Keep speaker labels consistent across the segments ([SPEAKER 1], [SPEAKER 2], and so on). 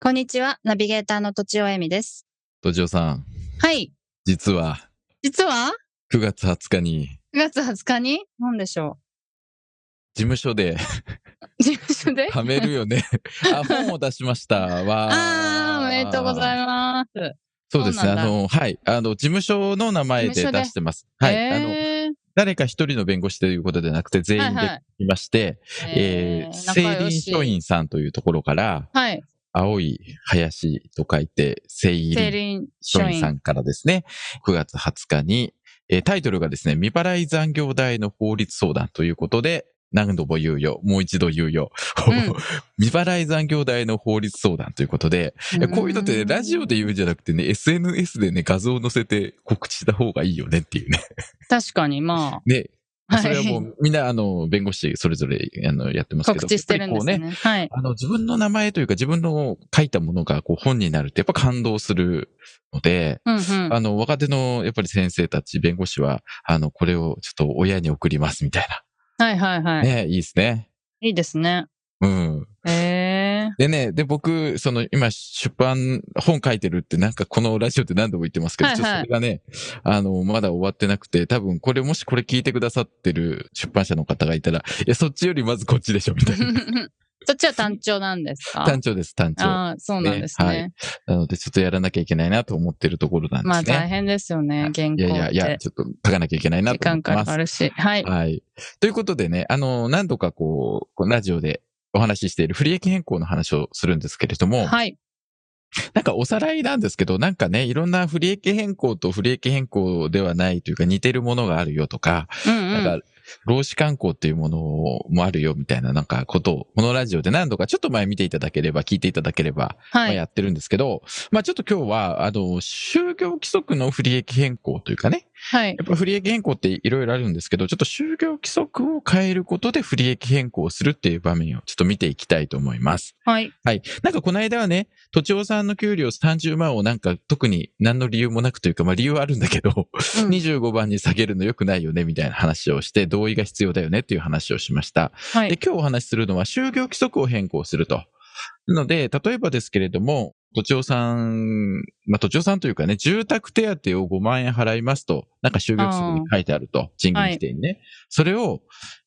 [SPEAKER 1] こんにちはナビゲーターのとちおえみです
[SPEAKER 2] とじおさん、
[SPEAKER 1] はい
[SPEAKER 2] 実は
[SPEAKER 1] 実は
[SPEAKER 2] 9月20日に
[SPEAKER 1] 9月20日に何でしょ
[SPEAKER 2] 事務所で
[SPEAKER 1] う事務所で
[SPEAKER 2] はめるよ ね。あ、本を出しました。わ
[SPEAKER 1] あーおめでとうござ
[SPEAKER 2] ます。
[SPEAKER 1] います
[SPEAKER 2] そうですね。
[SPEAKER 1] そうなん
[SPEAKER 2] あ
[SPEAKER 1] だ
[SPEAKER 2] の、はい。あの、事務所の名前
[SPEAKER 1] 事
[SPEAKER 2] で
[SPEAKER 1] 務所で
[SPEAKER 2] 出してます。はい。あの、
[SPEAKER 1] え
[SPEAKER 2] 誰か一人の弁護士ということでなくて、全員
[SPEAKER 1] はいは
[SPEAKER 2] できまして、
[SPEAKER 1] ー
[SPEAKER 2] えー、
[SPEAKER 1] 仲
[SPEAKER 2] 成
[SPEAKER 1] 良
[SPEAKER 2] 林
[SPEAKER 1] し
[SPEAKER 2] 書院さんというところから、
[SPEAKER 1] はい
[SPEAKER 2] 青い林と書いて、成
[SPEAKER 1] セ
[SPEAKER 2] 林
[SPEAKER 1] リン書
[SPEAKER 2] 書
[SPEAKER 1] 院
[SPEAKER 2] 院さんからですね、9月20日に、えータイトルがですね、未払い残業代の法律相談ということで、何度も言うよ、もう一度言うよ、
[SPEAKER 1] うん
[SPEAKER 2] 未払い残業代の法律相談ということで、いやこういうのってね、ラジオで言うんじゃなくてね、SNS でね、画像を載せて告知した方がいいよねっていうね。
[SPEAKER 1] 確かにま
[SPEAKER 2] ね、
[SPEAKER 1] あ
[SPEAKER 2] それはも
[SPEAKER 1] いう
[SPEAKER 2] みんなあの、弁護士それぞれあのやってますけど。
[SPEAKER 1] 告知してるんですね
[SPEAKER 2] やっぱりこう
[SPEAKER 1] はい
[SPEAKER 2] あの、自分の名前というか自分の書いたものがこう本になるとやっぱ感動するので、
[SPEAKER 1] うんうん
[SPEAKER 2] あの、若手のやっぱり先生たち、弁護士は、あの、これをちょっと親に送りますみたい
[SPEAKER 1] はいはいは
[SPEAKER 2] な。
[SPEAKER 1] い、
[SPEAKER 2] ね、いいですね。
[SPEAKER 1] いいですね
[SPEAKER 2] うん。
[SPEAKER 1] え
[SPEAKER 2] でね、で、僕、その、今、出版、本書いてるって、なんかこのラジオって何度も言ってますけど、
[SPEAKER 1] はい
[SPEAKER 2] ち
[SPEAKER 1] はい
[SPEAKER 2] ょっとそれがね、あの、まだ終わってなくて、多分、これ、もしこれ聞いてくださってる出版社の方がいたら、いや、そっちよりまずこっちでしょ、みたいな。
[SPEAKER 1] ー、そっちは単調なんですか
[SPEAKER 2] 単調です、単調。な
[SPEAKER 1] ああ、そうなんです
[SPEAKER 2] ねは
[SPEAKER 1] ね
[SPEAKER 2] い。ので、ちょっとやらなきゃいけないなと思ってるところなん
[SPEAKER 1] まあ
[SPEAKER 2] ですね。
[SPEAKER 1] 大変ですよね、原稿って。
[SPEAKER 2] いやいやいや、ちょっと書かなきゃいけないな
[SPEAKER 1] 時
[SPEAKER 2] と思って
[SPEAKER 1] 間か
[SPEAKER 2] ます
[SPEAKER 1] か。るし。 はい。
[SPEAKER 2] はい。ということでね、あの、何度かこう、このラジオでお話ししている不利益変更の話をするんですけれども、
[SPEAKER 1] はい。
[SPEAKER 2] なんかおさらいなんですけど、なんかね、いろんな不利益変更と不利益変更ではないというか似てるものがあるよとか、
[SPEAKER 1] うんう。
[SPEAKER 2] なんんか、労使慣行っていうものもあるよみたいななんかことを、このラジオで何度かちょっと前見ていただければ、聞いていただければ、ま
[SPEAKER 1] は
[SPEAKER 2] あ
[SPEAKER 1] い。
[SPEAKER 2] やってるんですけど、まあちょっと今日は、あの、就業規則の不利益変更というかね、
[SPEAKER 1] はい。
[SPEAKER 2] やっぱ不利益変更っていろいろあるんですけど、ちょっと就業規則を変えることで不利益変更をするっていう場面をちょっと見ていきたいと思います。
[SPEAKER 1] はい。
[SPEAKER 2] はい。なんかこの間はね、土地さんの給料30万をなんか特に何の理由もなくというか、まあ理由はあるんだけど、
[SPEAKER 1] うん
[SPEAKER 2] 25番に下げるの良くないよねみたいな話をして、同意が必要だよねっていう話をしました。
[SPEAKER 1] は
[SPEAKER 2] で、
[SPEAKER 1] い。
[SPEAKER 2] 今日お話しするのは就業規則を変更すると。なので、例えばですけれども、土地さん、まあ、土地さんというかね、住宅手当を5万円払いますと、なんか就業規則に書いてあると、賃金規定にね。それを、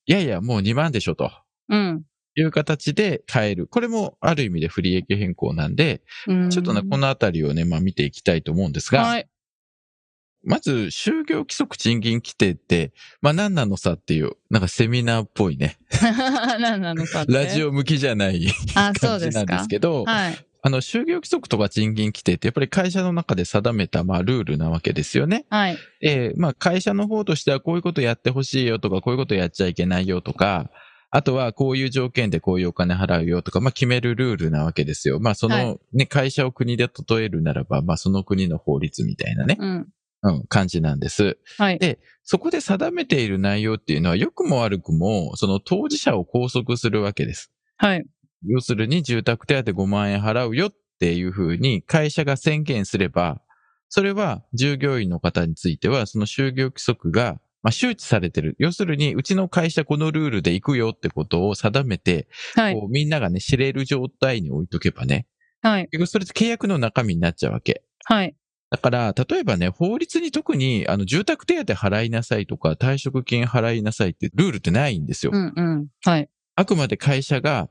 [SPEAKER 2] いやいや、もう2万でしょと。
[SPEAKER 1] うん。
[SPEAKER 2] いう形で変える。これもある意味で不利益変更なんで、
[SPEAKER 1] うん
[SPEAKER 2] ちょっとね、このあたりをね、まあ見ていきたいと思うんですが、
[SPEAKER 1] はい。
[SPEAKER 2] まず、就業規則賃金規定って、まあ何なのさっていう、なんかセミナーっぽいね、
[SPEAKER 1] 何なのかって。
[SPEAKER 2] ラジ
[SPEAKER 1] オ。
[SPEAKER 2] オ向きじゃない
[SPEAKER 1] あ、そう
[SPEAKER 2] 感
[SPEAKER 1] で
[SPEAKER 2] じな
[SPEAKER 1] す
[SPEAKER 2] んで
[SPEAKER 1] か
[SPEAKER 2] す。けど、
[SPEAKER 1] はい。
[SPEAKER 2] あの、就業規則とか賃金規定ってやっぱり会社の中で定めた、まあ、ルールなわけですよね。
[SPEAKER 1] はい。
[SPEAKER 2] えーまあ、会社の方としてはこういうことやってほしいよとか、こういうことやっちゃいけないよとか、あとはこういう条件でこういうお金払うよとか、まあ、決めるルールなわけですよ。まあ、その、
[SPEAKER 1] は
[SPEAKER 2] ね、
[SPEAKER 1] い
[SPEAKER 2] 会社を国で例えるならば、まあ、その国の法律みたいなね、
[SPEAKER 1] うん。
[SPEAKER 2] うん、感じなんです。
[SPEAKER 1] はい。
[SPEAKER 2] で、そこで定めている内容っていうのは、良くも悪くも、その当事者を拘束するわけです。
[SPEAKER 1] はい。
[SPEAKER 2] 要するに住宅手当5万円払うよっていうふうに会社が宣言すれば、それは従業員の方については、その就業規則が、まあ、周知されてる。要するに、うちの会社このルールで行くよってことを定めて、
[SPEAKER 1] はい。
[SPEAKER 2] こうみんながね、知れる状態に置いとけばね、
[SPEAKER 1] はい。
[SPEAKER 2] 結局それって契約の中身になっちゃうわけ。
[SPEAKER 1] はい。
[SPEAKER 2] だから、例えばね、法律に特に、あの、住宅手当払いなさいとか、退職金払いなさいってルールってないんですよ。
[SPEAKER 1] うんうん。はい。
[SPEAKER 2] あくまで会社が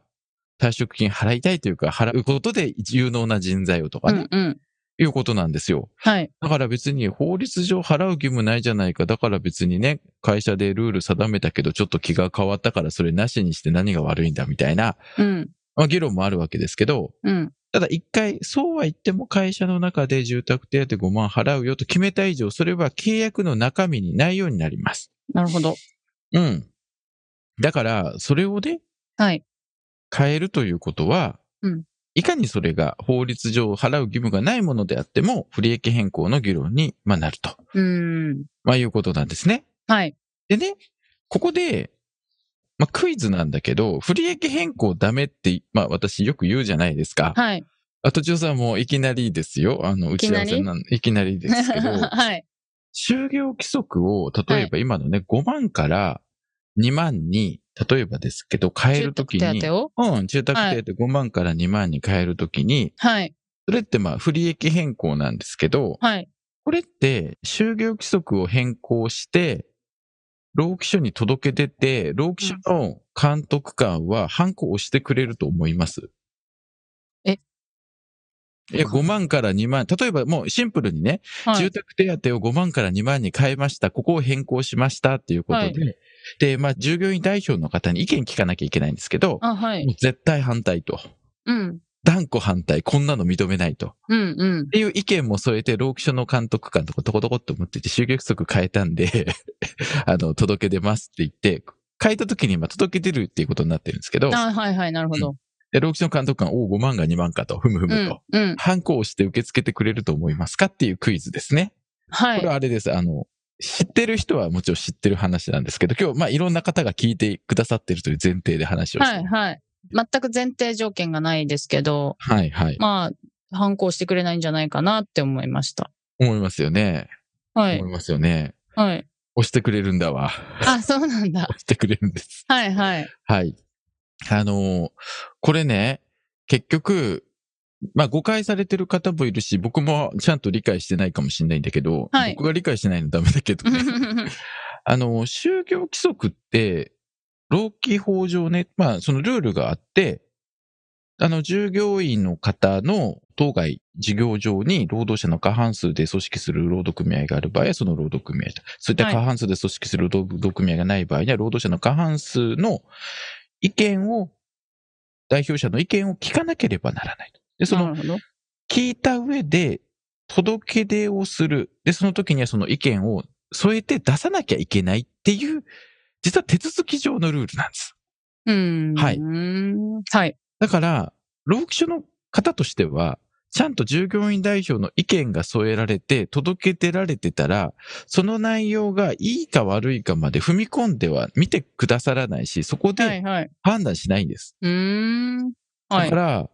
[SPEAKER 2] 退職金払いたいというか、払うことで有能な人材をとか
[SPEAKER 1] う
[SPEAKER 2] ね、
[SPEAKER 1] んうん。
[SPEAKER 2] いうことなんですよ。
[SPEAKER 1] はい。
[SPEAKER 2] だから別に法律上払う義務ないじゃないか。だから別にね、会社でルール定めたけど、ちょっと気が変わったからそれなしにして何が悪いんだみたいな、
[SPEAKER 1] うん。
[SPEAKER 2] まあ、議論もあるわけですけど、
[SPEAKER 1] うん。
[SPEAKER 2] ただ一回、そうは言っても会社の中で住宅手当5万払うよと決めた以上、それは契約の中身にないようになります。
[SPEAKER 1] なるほど。
[SPEAKER 2] うん。だから、それをね、
[SPEAKER 1] はい。
[SPEAKER 2] 変えるということは、
[SPEAKER 1] うん
[SPEAKER 2] いかにそれが法律上払う義務がないものであっても、不利益変更の議論に、まあ、なると、
[SPEAKER 1] うん。
[SPEAKER 2] まあ、いうことなんですね。
[SPEAKER 1] はい。
[SPEAKER 2] でね、ここで、まあ、クイズなんだけど、不利益変更ダメって、まあ、私よく言うじゃないですか。
[SPEAKER 1] はい。
[SPEAKER 2] あと、ジョさんもいきなりですよ。あの、打
[SPEAKER 1] き
[SPEAKER 2] ち合
[SPEAKER 1] な
[SPEAKER 2] わ
[SPEAKER 1] り
[SPEAKER 2] せなん、いきなりですけど、
[SPEAKER 1] はい。
[SPEAKER 2] 就業規則を、例えば今のね、5万から2万に、例えばですけど、変えるとき
[SPEAKER 1] 住宅
[SPEAKER 2] に
[SPEAKER 1] 手、当を
[SPEAKER 2] うん、住宅手当5万から2万に変えるときに、
[SPEAKER 1] はい。
[SPEAKER 2] それってまあ、不利益変更なんですけど、
[SPEAKER 1] はい。
[SPEAKER 2] これって、就業規則を変更して、労基署に届け出て、労基署の監督官は、ハンコを押してくれると思います。
[SPEAKER 1] え
[SPEAKER 2] いや、5万から2万、例えばもうシンプルにね、
[SPEAKER 1] は
[SPEAKER 2] 住
[SPEAKER 1] い。
[SPEAKER 2] 宅手当を5万から2万に変えました、ここを変更しましたっていうことで、
[SPEAKER 1] は
[SPEAKER 2] で、まあ、従業員代表の方に意見聞かなきゃいけないんですけど、
[SPEAKER 1] あ、はい。
[SPEAKER 2] もう絶対反対と。
[SPEAKER 1] うん。
[SPEAKER 2] 断固反対、こんなの認めないと。
[SPEAKER 1] うん。うん
[SPEAKER 2] っ。ていう意見も添えて、労基署の監督官とかトコトコって思ってて、就業規則変えたんで、 あの、届け出ますって言って、変えた時に今届け出るっていうことになってるんですけど、
[SPEAKER 1] あ、はい。はい。なるほど。
[SPEAKER 2] で労基署の監督官、おお、5万が2万かと、ふむふ
[SPEAKER 1] う
[SPEAKER 2] む
[SPEAKER 1] ん
[SPEAKER 2] と。。
[SPEAKER 1] うん。
[SPEAKER 2] ハンコをして受け付けてくれると思いますかっていうクイズですね。
[SPEAKER 1] は
[SPEAKER 2] これ
[SPEAKER 1] い。
[SPEAKER 2] はあれです。あの、知ってる人はもちろん知ってる話なんですけど、今日、まあ、いろんな方が聞いてくださってるという前提で話をし
[SPEAKER 1] は
[SPEAKER 2] て。
[SPEAKER 1] い。はい。全く前提条件がないですけど、
[SPEAKER 2] はい、はい。
[SPEAKER 1] まあ、反抗してくれないんじゃないかなって思いました。
[SPEAKER 2] 思いますよね。
[SPEAKER 1] はい。
[SPEAKER 2] 思いますよね。
[SPEAKER 1] はい。
[SPEAKER 2] 押してくれるんだわ。
[SPEAKER 1] あ、そうな んだ。
[SPEAKER 2] 押してくれるんです。
[SPEAKER 1] はい。はい。
[SPEAKER 2] はい。あのーこれね、結局、まあ誤解されてる方もいるし、僕もちゃんと理解してないかもしれないんだけど、
[SPEAKER 1] はい
[SPEAKER 2] 僕が理解してないのダメだけどね。あのー、就業規則って、労基法上ね、まあそのルールがあって、あの、従業員の方の当該事業上に労働者の過半数で組織する労働組合がある場合は、その労働組合と。そういった過半数で組織する労働組合がない場合には、労働者の過半数の意見を、代表者の意見を聞かなければならない。で、 そ
[SPEAKER 1] な
[SPEAKER 2] の、
[SPEAKER 1] るほど。
[SPEAKER 2] 聞いた上で、届け出をする。で、その時にはその意見を添えて出さなきゃいけないっていう、実は手続き上のルールなんです。
[SPEAKER 1] うん。
[SPEAKER 2] はい
[SPEAKER 1] はい。
[SPEAKER 2] だから、労基署の方としては、ちゃんと従業員代表の意見が添えられて、届け出られてたら、その内容がいいか悪いかまで踏み込んでは見てくださらないし、そこ
[SPEAKER 1] は
[SPEAKER 2] で
[SPEAKER 1] い。はい。
[SPEAKER 2] 判断しないんです。
[SPEAKER 1] うーん。は
[SPEAKER 2] だか
[SPEAKER 1] い。
[SPEAKER 2] ら、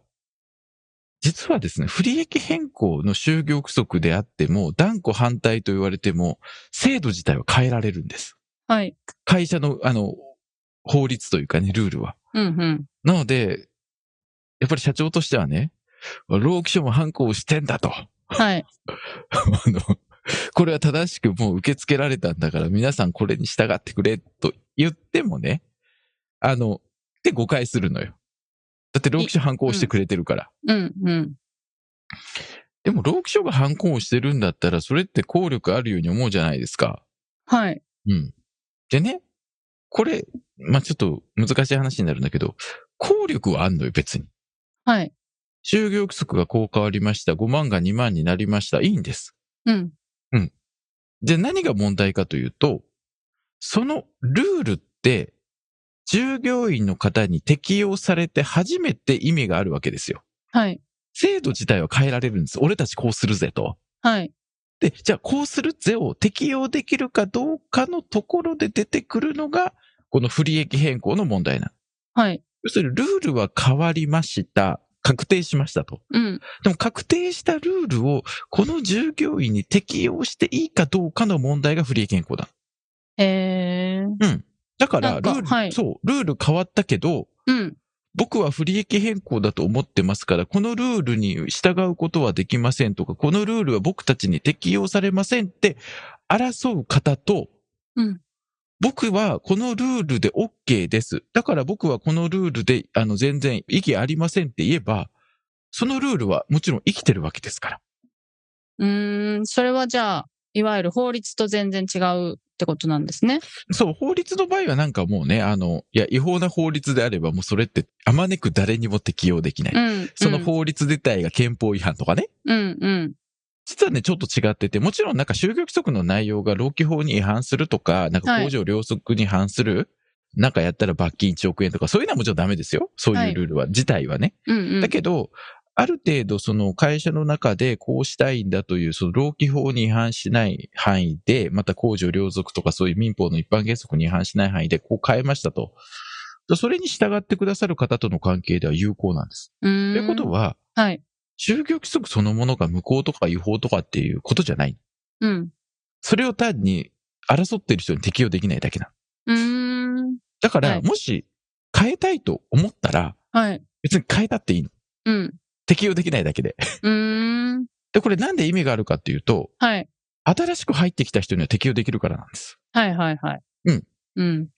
[SPEAKER 2] 実はですね、不利益変更の就業規則であっても、断固反対と言われても、制度自体は変えられるんです。
[SPEAKER 1] はい。
[SPEAKER 2] 会社の、あの、法律というかね、ルールは。
[SPEAKER 1] うんうん。
[SPEAKER 2] なので、やっぱり社長としてはね、労基署も反抗してんだと。あ
[SPEAKER 1] はい。
[SPEAKER 2] の、これは正しくもう受け付けられたんだから、皆さんこれに従ってくれと言ってもね、あの、で誤解するのよ。だって労基署反抗してくれてるから。
[SPEAKER 1] うんうん。
[SPEAKER 2] でも、労基署が反抗をしてるんだったら、それって効力あるように思うじゃないですか。
[SPEAKER 1] はい。
[SPEAKER 2] うん。でね、これ、まあ、ちょっと難しい話になるんだけど、効力はあんのよ、別に。
[SPEAKER 1] はい。
[SPEAKER 2] 就業規則がこう変わりました。5万が2万になりました。いいんです。
[SPEAKER 1] うん。
[SPEAKER 2] で、何が問題かというと、そのルールって、従業員の方に適用されて初めて意味があるわけですよ。
[SPEAKER 1] はい。
[SPEAKER 2] 制度自体は変えられるんです。俺たちこうするぜと。
[SPEAKER 1] はい。
[SPEAKER 2] で、じゃあこうするぜを適用できるかどうかのところで出てくるのが、この不利益変更の問題なの。
[SPEAKER 1] はい。
[SPEAKER 2] 要するにルールは変わりました。確定しましたと。
[SPEAKER 1] うん。
[SPEAKER 2] でも確定したルールをこの従業員に適用していいかどうかの問題が不利益変更だ。
[SPEAKER 1] えー。
[SPEAKER 2] うん。だか
[SPEAKER 1] な
[SPEAKER 2] ら
[SPEAKER 1] ん
[SPEAKER 2] ル
[SPEAKER 1] か
[SPEAKER 2] ール、
[SPEAKER 1] はい
[SPEAKER 2] そう、ルール変わったけど、
[SPEAKER 1] うん。
[SPEAKER 2] 僕は不利益変更だと思ってますから、このルールに従うことはできませんとか、このルールは僕たちに適用されませんって争う方と、
[SPEAKER 1] うん
[SPEAKER 2] 僕はこのルールで OK です。だから僕はこのルールであの全然意義ありませんって言えば、そのルールはもちろん生きてるわけですから。
[SPEAKER 1] うーん。それはじゃあ、いわゆる法律と全然違うってことなんですね。
[SPEAKER 2] そう、法律の場合はなんかもうね、あの、いや、違法な法律であればもうそれってあまねく誰にも適用できない。
[SPEAKER 1] うん。
[SPEAKER 2] その法律自体が憲法違反とかね。
[SPEAKER 1] うんうん。
[SPEAKER 2] 実はね、ちょっと違ってて、もちろんなんか就業規則の内容が労基法に違反するとか、なんか
[SPEAKER 1] はい
[SPEAKER 2] 工場良則に違反するなんかやったら罰金1億円とか、そういうのはもちろんダメですよ。そういうルールは、自体はね。
[SPEAKER 1] うんうん。
[SPEAKER 2] だけど、ある程度その会社の中でこうしたいんだという、その労基法に違反しない範囲で、また公序良俗とかそういう民法の一般原則に違反しない範囲でこう変えましたと。でそれに従ってくださる方との関係では有効なんです。
[SPEAKER 1] と
[SPEAKER 2] とい
[SPEAKER 1] いう
[SPEAKER 2] ことは、
[SPEAKER 1] はい。
[SPEAKER 2] 就業規則そのものが無効とか違法とかっていうことじゃない。
[SPEAKER 1] うん。
[SPEAKER 2] それを単に争っている人に適用できないだけなの。
[SPEAKER 1] うーん。
[SPEAKER 2] だか
[SPEAKER 1] は
[SPEAKER 2] ら、
[SPEAKER 1] い
[SPEAKER 2] もし変えたいと思ったら、
[SPEAKER 1] はい。
[SPEAKER 2] 別に変えたっていいの。
[SPEAKER 1] うん。
[SPEAKER 2] 適用できないだけで。
[SPEAKER 1] うーん。
[SPEAKER 2] で、これなんで意味があるかっていうと、
[SPEAKER 1] はい。
[SPEAKER 2] 新しく入ってきた人には適用できるからなんです。
[SPEAKER 1] はいはいはい。
[SPEAKER 2] うん。
[SPEAKER 1] うん。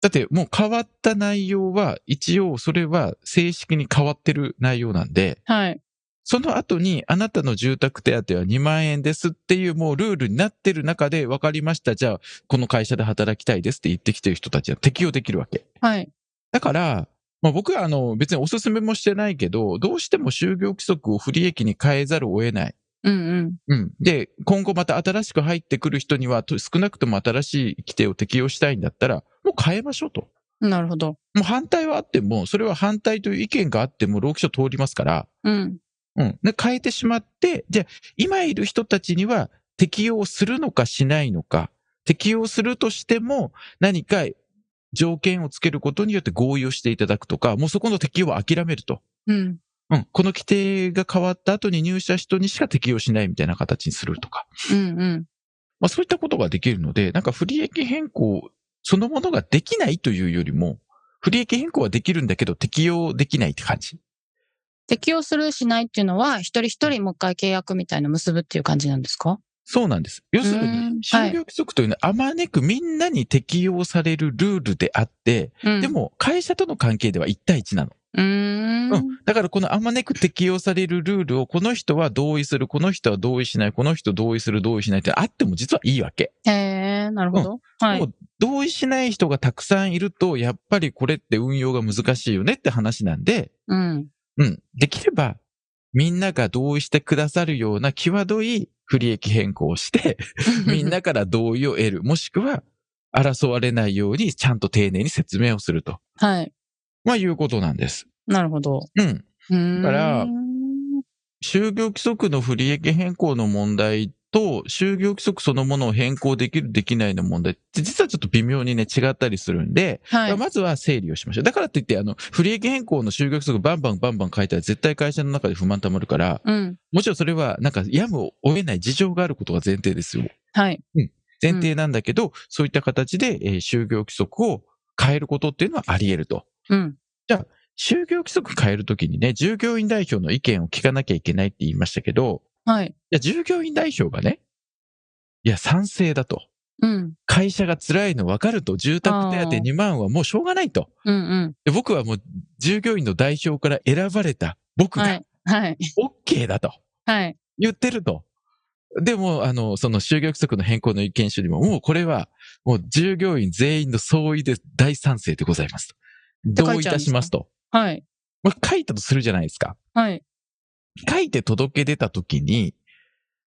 [SPEAKER 2] だってもう変わった内容は、一応それは正式に変わってる内容なんで、
[SPEAKER 1] はい。
[SPEAKER 2] その後にあなたの住宅手当は2万円ですっていうもうルールになってる中で分かりました。じゃあ、この会社で働きたいですって言ってきてる人たちは適用できるわけ。
[SPEAKER 1] はい。
[SPEAKER 2] だから、まあ、僕はあの別にお勧めもしてないけど、どうしても就業規則を不利益に変えざるを得ない。
[SPEAKER 1] うん
[SPEAKER 2] う
[SPEAKER 1] うん。
[SPEAKER 2] ん。で、今後また新しく入ってくる人には、と少なくとも新しい規定を適用したいんだったら、もう変えましょうと。
[SPEAKER 1] なるほど。
[SPEAKER 2] もう反対はあっても、それは反対という意見があっても、労基署通りますから、
[SPEAKER 1] うん。
[SPEAKER 2] うん。で、変えてしまって、じゃあ、今いる人たちには適用するのかしないのか、適用するとしても、何か条件をつけることによって合意をしていただくとか、もうそこの適用は諦めると。
[SPEAKER 1] うん。
[SPEAKER 2] うん。この規定が変わった後に入社人にしか適用しないみたいな形にするとか。
[SPEAKER 1] うんうん。
[SPEAKER 2] まあ、そういったことができるので、なんか不利益変更そのものができないというよりも、不利益変更はできるんだけど、適用できないって感じ。
[SPEAKER 1] 適用するしないっていうのは、一人一人もう一回契約みたいなの結ぶっていう感じなんですか
[SPEAKER 2] そうなんです。要する
[SPEAKER 1] うーん
[SPEAKER 2] に、就業規則というのはあまねくみんなに適用されるルールであって、
[SPEAKER 1] うん。
[SPEAKER 2] で。も会社との関係では1対1なの。
[SPEAKER 1] うーん。
[SPEAKER 2] うん。だからこのあまねく適用されるルールを、この人は同意する、この人は同意しない、この人同意する、同意しないってあっても実はいいわけ。
[SPEAKER 1] へえ、なるほど。は
[SPEAKER 2] も
[SPEAKER 1] い。
[SPEAKER 2] う同意しない人がたくさんいると、やっぱりこれって運用が難しいよねって話なんで、
[SPEAKER 1] うん。
[SPEAKER 2] うん。できれば、みんなが同意してくださるような際どい不利益変更をして、 みん。なから同意を得る。もしくは、争われないようにちゃんと丁寧に説明をすると。
[SPEAKER 1] はい。
[SPEAKER 2] まあいうことなんです。
[SPEAKER 1] なるほど。
[SPEAKER 2] うん。か
[SPEAKER 1] だ
[SPEAKER 2] ら就業規則の不利益変更の問題と、就業規則そのものを変更できる、できないの問題って、実はちょっと微妙にね、違ったりするんで、
[SPEAKER 1] はい。
[SPEAKER 2] まずは整理をしましょう。だからといって、あの、不利益変更の就業規則バンバンバンバン書いたら絶対会社の中で不満溜まるから、
[SPEAKER 1] うん。
[SPEAKER 2] もちろんそれはなんかやむを得ない事情があることが前提ですよ。
[SPEAKER 1] はい。
[SPEAKER 2] 前提なんだけど、そういった形で、えー就業規則を変えることっていうのはあり得ると。
[SPEAKER 1] うん。
[SPEAKER 2] 就業規則変えるときにね、従業員代表の意見を聞かなきゃいけないって言いましたけど、
[SPEAKER 1] はい。
[SPEAKER 2] いや、従業員代表がね、いや、賛成だと。
[SPEAKER 1] うん。
[SPEAKER 2] 会社が辛いの分かると、住宅手
[SPEAKER 1] あ
[SPEAKER 2] 当
[SPEAKER 1] ー
[SPEAKER 2] 2万はもうしょうがないと。
[SPEAKER 1] うんうん。
[SPEAKER 2] で僕はもう従業員の代表から選ばれた僕
[SPEAKER 1] は
[SPEAKER 2] が
[SPEAKER 1] い。はい。
[SPEAKER 2] OK だと
[SPEAKER 1] はい。
[SPEAKER 2] 言ってると。でも、あの、その就業規則の変更の意見書にも、もうこれは、もう従業員全員の相違で大賛成でございますと。
[SPEAKER 1] て書
[SPEAKER 2] 同
[SPEAKER 1] い
[SPEAKER 2] 意い
[SPEAKER 1] ちゃうん
[SPEAKER 2] た
[SPEAKER 1] ですか
[SPEAKER 2] しますと。
[SPEAKER 1] はい。
[SPEAKER 2] まあ、書いたとするじゃないですか。
[SPEAKER 1] はい。
[SPEAKER 2] 書いて届け出たときに、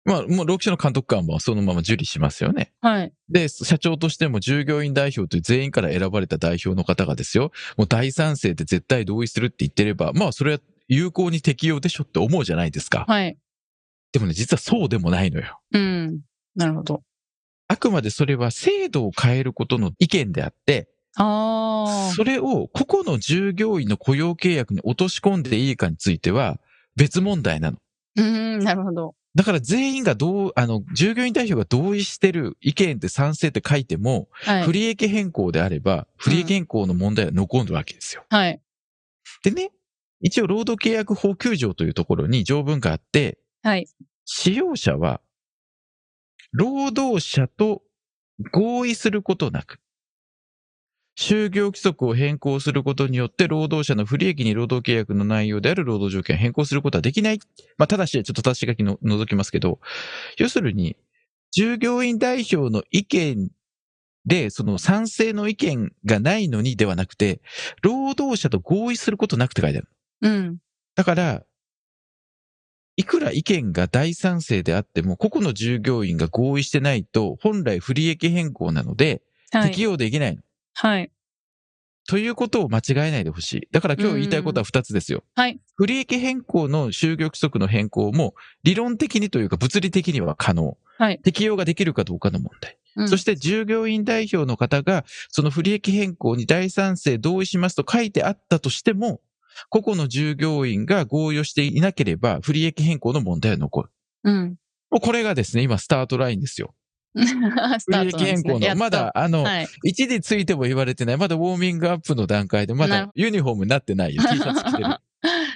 [SPEAKER 2] まあ、もう、6社の監督官もそのまま受理しますよね。
[SPEAKER 1] はい。
[SPEAKER 2] で、社長としても従業員代表という全員から選ばれた代表の方がですよ、もう大賛成で絶対同意するって言ってれば、まあ、それは有効に適用でしょって思うじゃないですか。
[SPEAKER 1] はい。
[SPEAKER 2] でもね、実はそうでもないのよ。
[SPEAKER 1] うん。なるほど。
[SPEAKER 2] あくまでそれは制度を変えることの意見であって、
[SPEAKER 1] あ
[SPEAKER 2] それを個々の従業員の雇用契約に落とし込んでいいかについては別問題なの。
[SPEAKER 1] あ。うん。なるほど。
[SPEAKER 2] だから全員がどう、あの、従業員代表が同意してる意見って賛成って書いても、
[SPEAKER 1] は
[SPEAKER 2] 不
[SPEAKER 1] い。
[SPEAKER 2] 利益変更であれば、不利益変更の問題は残るわけですよ。
[SPEAKER 1] はい。
[SPEAKER 2] でね、一応労働契約法9条というところに条文があって、
[SPEAKER 1] はい。
[SPEAKER 2] 使用者は、労働者と合意することなく、就業規則を変更することによって、労働者の不利益に労働契約の内容である労働条件を変更することはできない。まあ、ただし、ちょっと正し書きの覗きますけど、要するに、従業員代表の意見で、その賛成の意見がないのにではなくて、労働者と合意することなくって書いてある。
[SPEAKER 1] うん。
[SPEAKER 2] だから、いくら意見が大賛成であっても、個々の従業員が合意してないと、本来不利益変更なので、
[SPEAKER 1] は
[SPEAKER 2] 適
[SPEAKER 1] い。
[SPEAKER 2] 用できないの。
[SPEAKER 1] はい。
[SPEAKER 2] ということを間違えないでほしい。だから今日言いたいことは2つですよ。
[SPEAKER 1] はい。
[SPEAKER 2] 不利益変更の就業規則の変更も理論的にというか物理的には可能。
[SPEAKER 1] はい。
[SPEAKER 2] 適用ができるかどうかの問題。
[SPEAKER 1] うん
[SPEAKER 2] そして従業員代表の方がその不利益変更に大賛成同意しますと書いてあったとしても、個々の従業員が合意をしていなければ不利益変更の問題は残る。
[SPEAKER 1] うん。
[SPEAKER 2] もうこれがですね、今スタートラインですよ。
[SPEAKER 1] ス
[SPEAKER 2] 不
[SPEAKER 1] タ
[SPEAKER 2] 利
[SPEAKER 1] ー
[SPEAKER 2] 益
[SPEAKER 1] トなんです
[SPEAKER 2] 変更
[SPEAKER 1] ね。
[SPEAKER 2] の、
[SPEAKER 1] やっと
[SPEAKER 2] まだ、あの、
[SPEAKER 1] はい。
[SPEAKER 2] 一時ついても言われてない。まだウォーミングアップの段階で、ま
[SPEAKER 1] なる
[SPEAKER 2] だユニフォームになって ないよ。T シャツ着てる。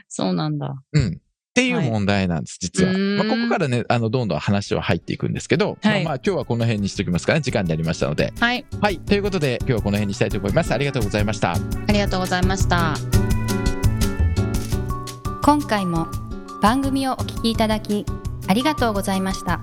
[SPEAKER 1] そうなんだ。
[SPEAKER 2] うん。っていう問題なんです、実は。
[SPEAKER 1] うーん
[SPEAKER 2] まあ、ここからね、あの、どんどん話は入っていくんですけど、
[SPEAKER 1] はい
[SPEAKER 2] まあまあ、今日はこの辺にしときますかね。時間になりましたので。
[SPEAKER 1] はい。
[SPEAKER 2] はい。ということで、今日はこの辺にしたいと思います。ありがとうございました。
[SPEAKER 1] ありがとうございました。今回も番組をお聞きいただきありがとうございました。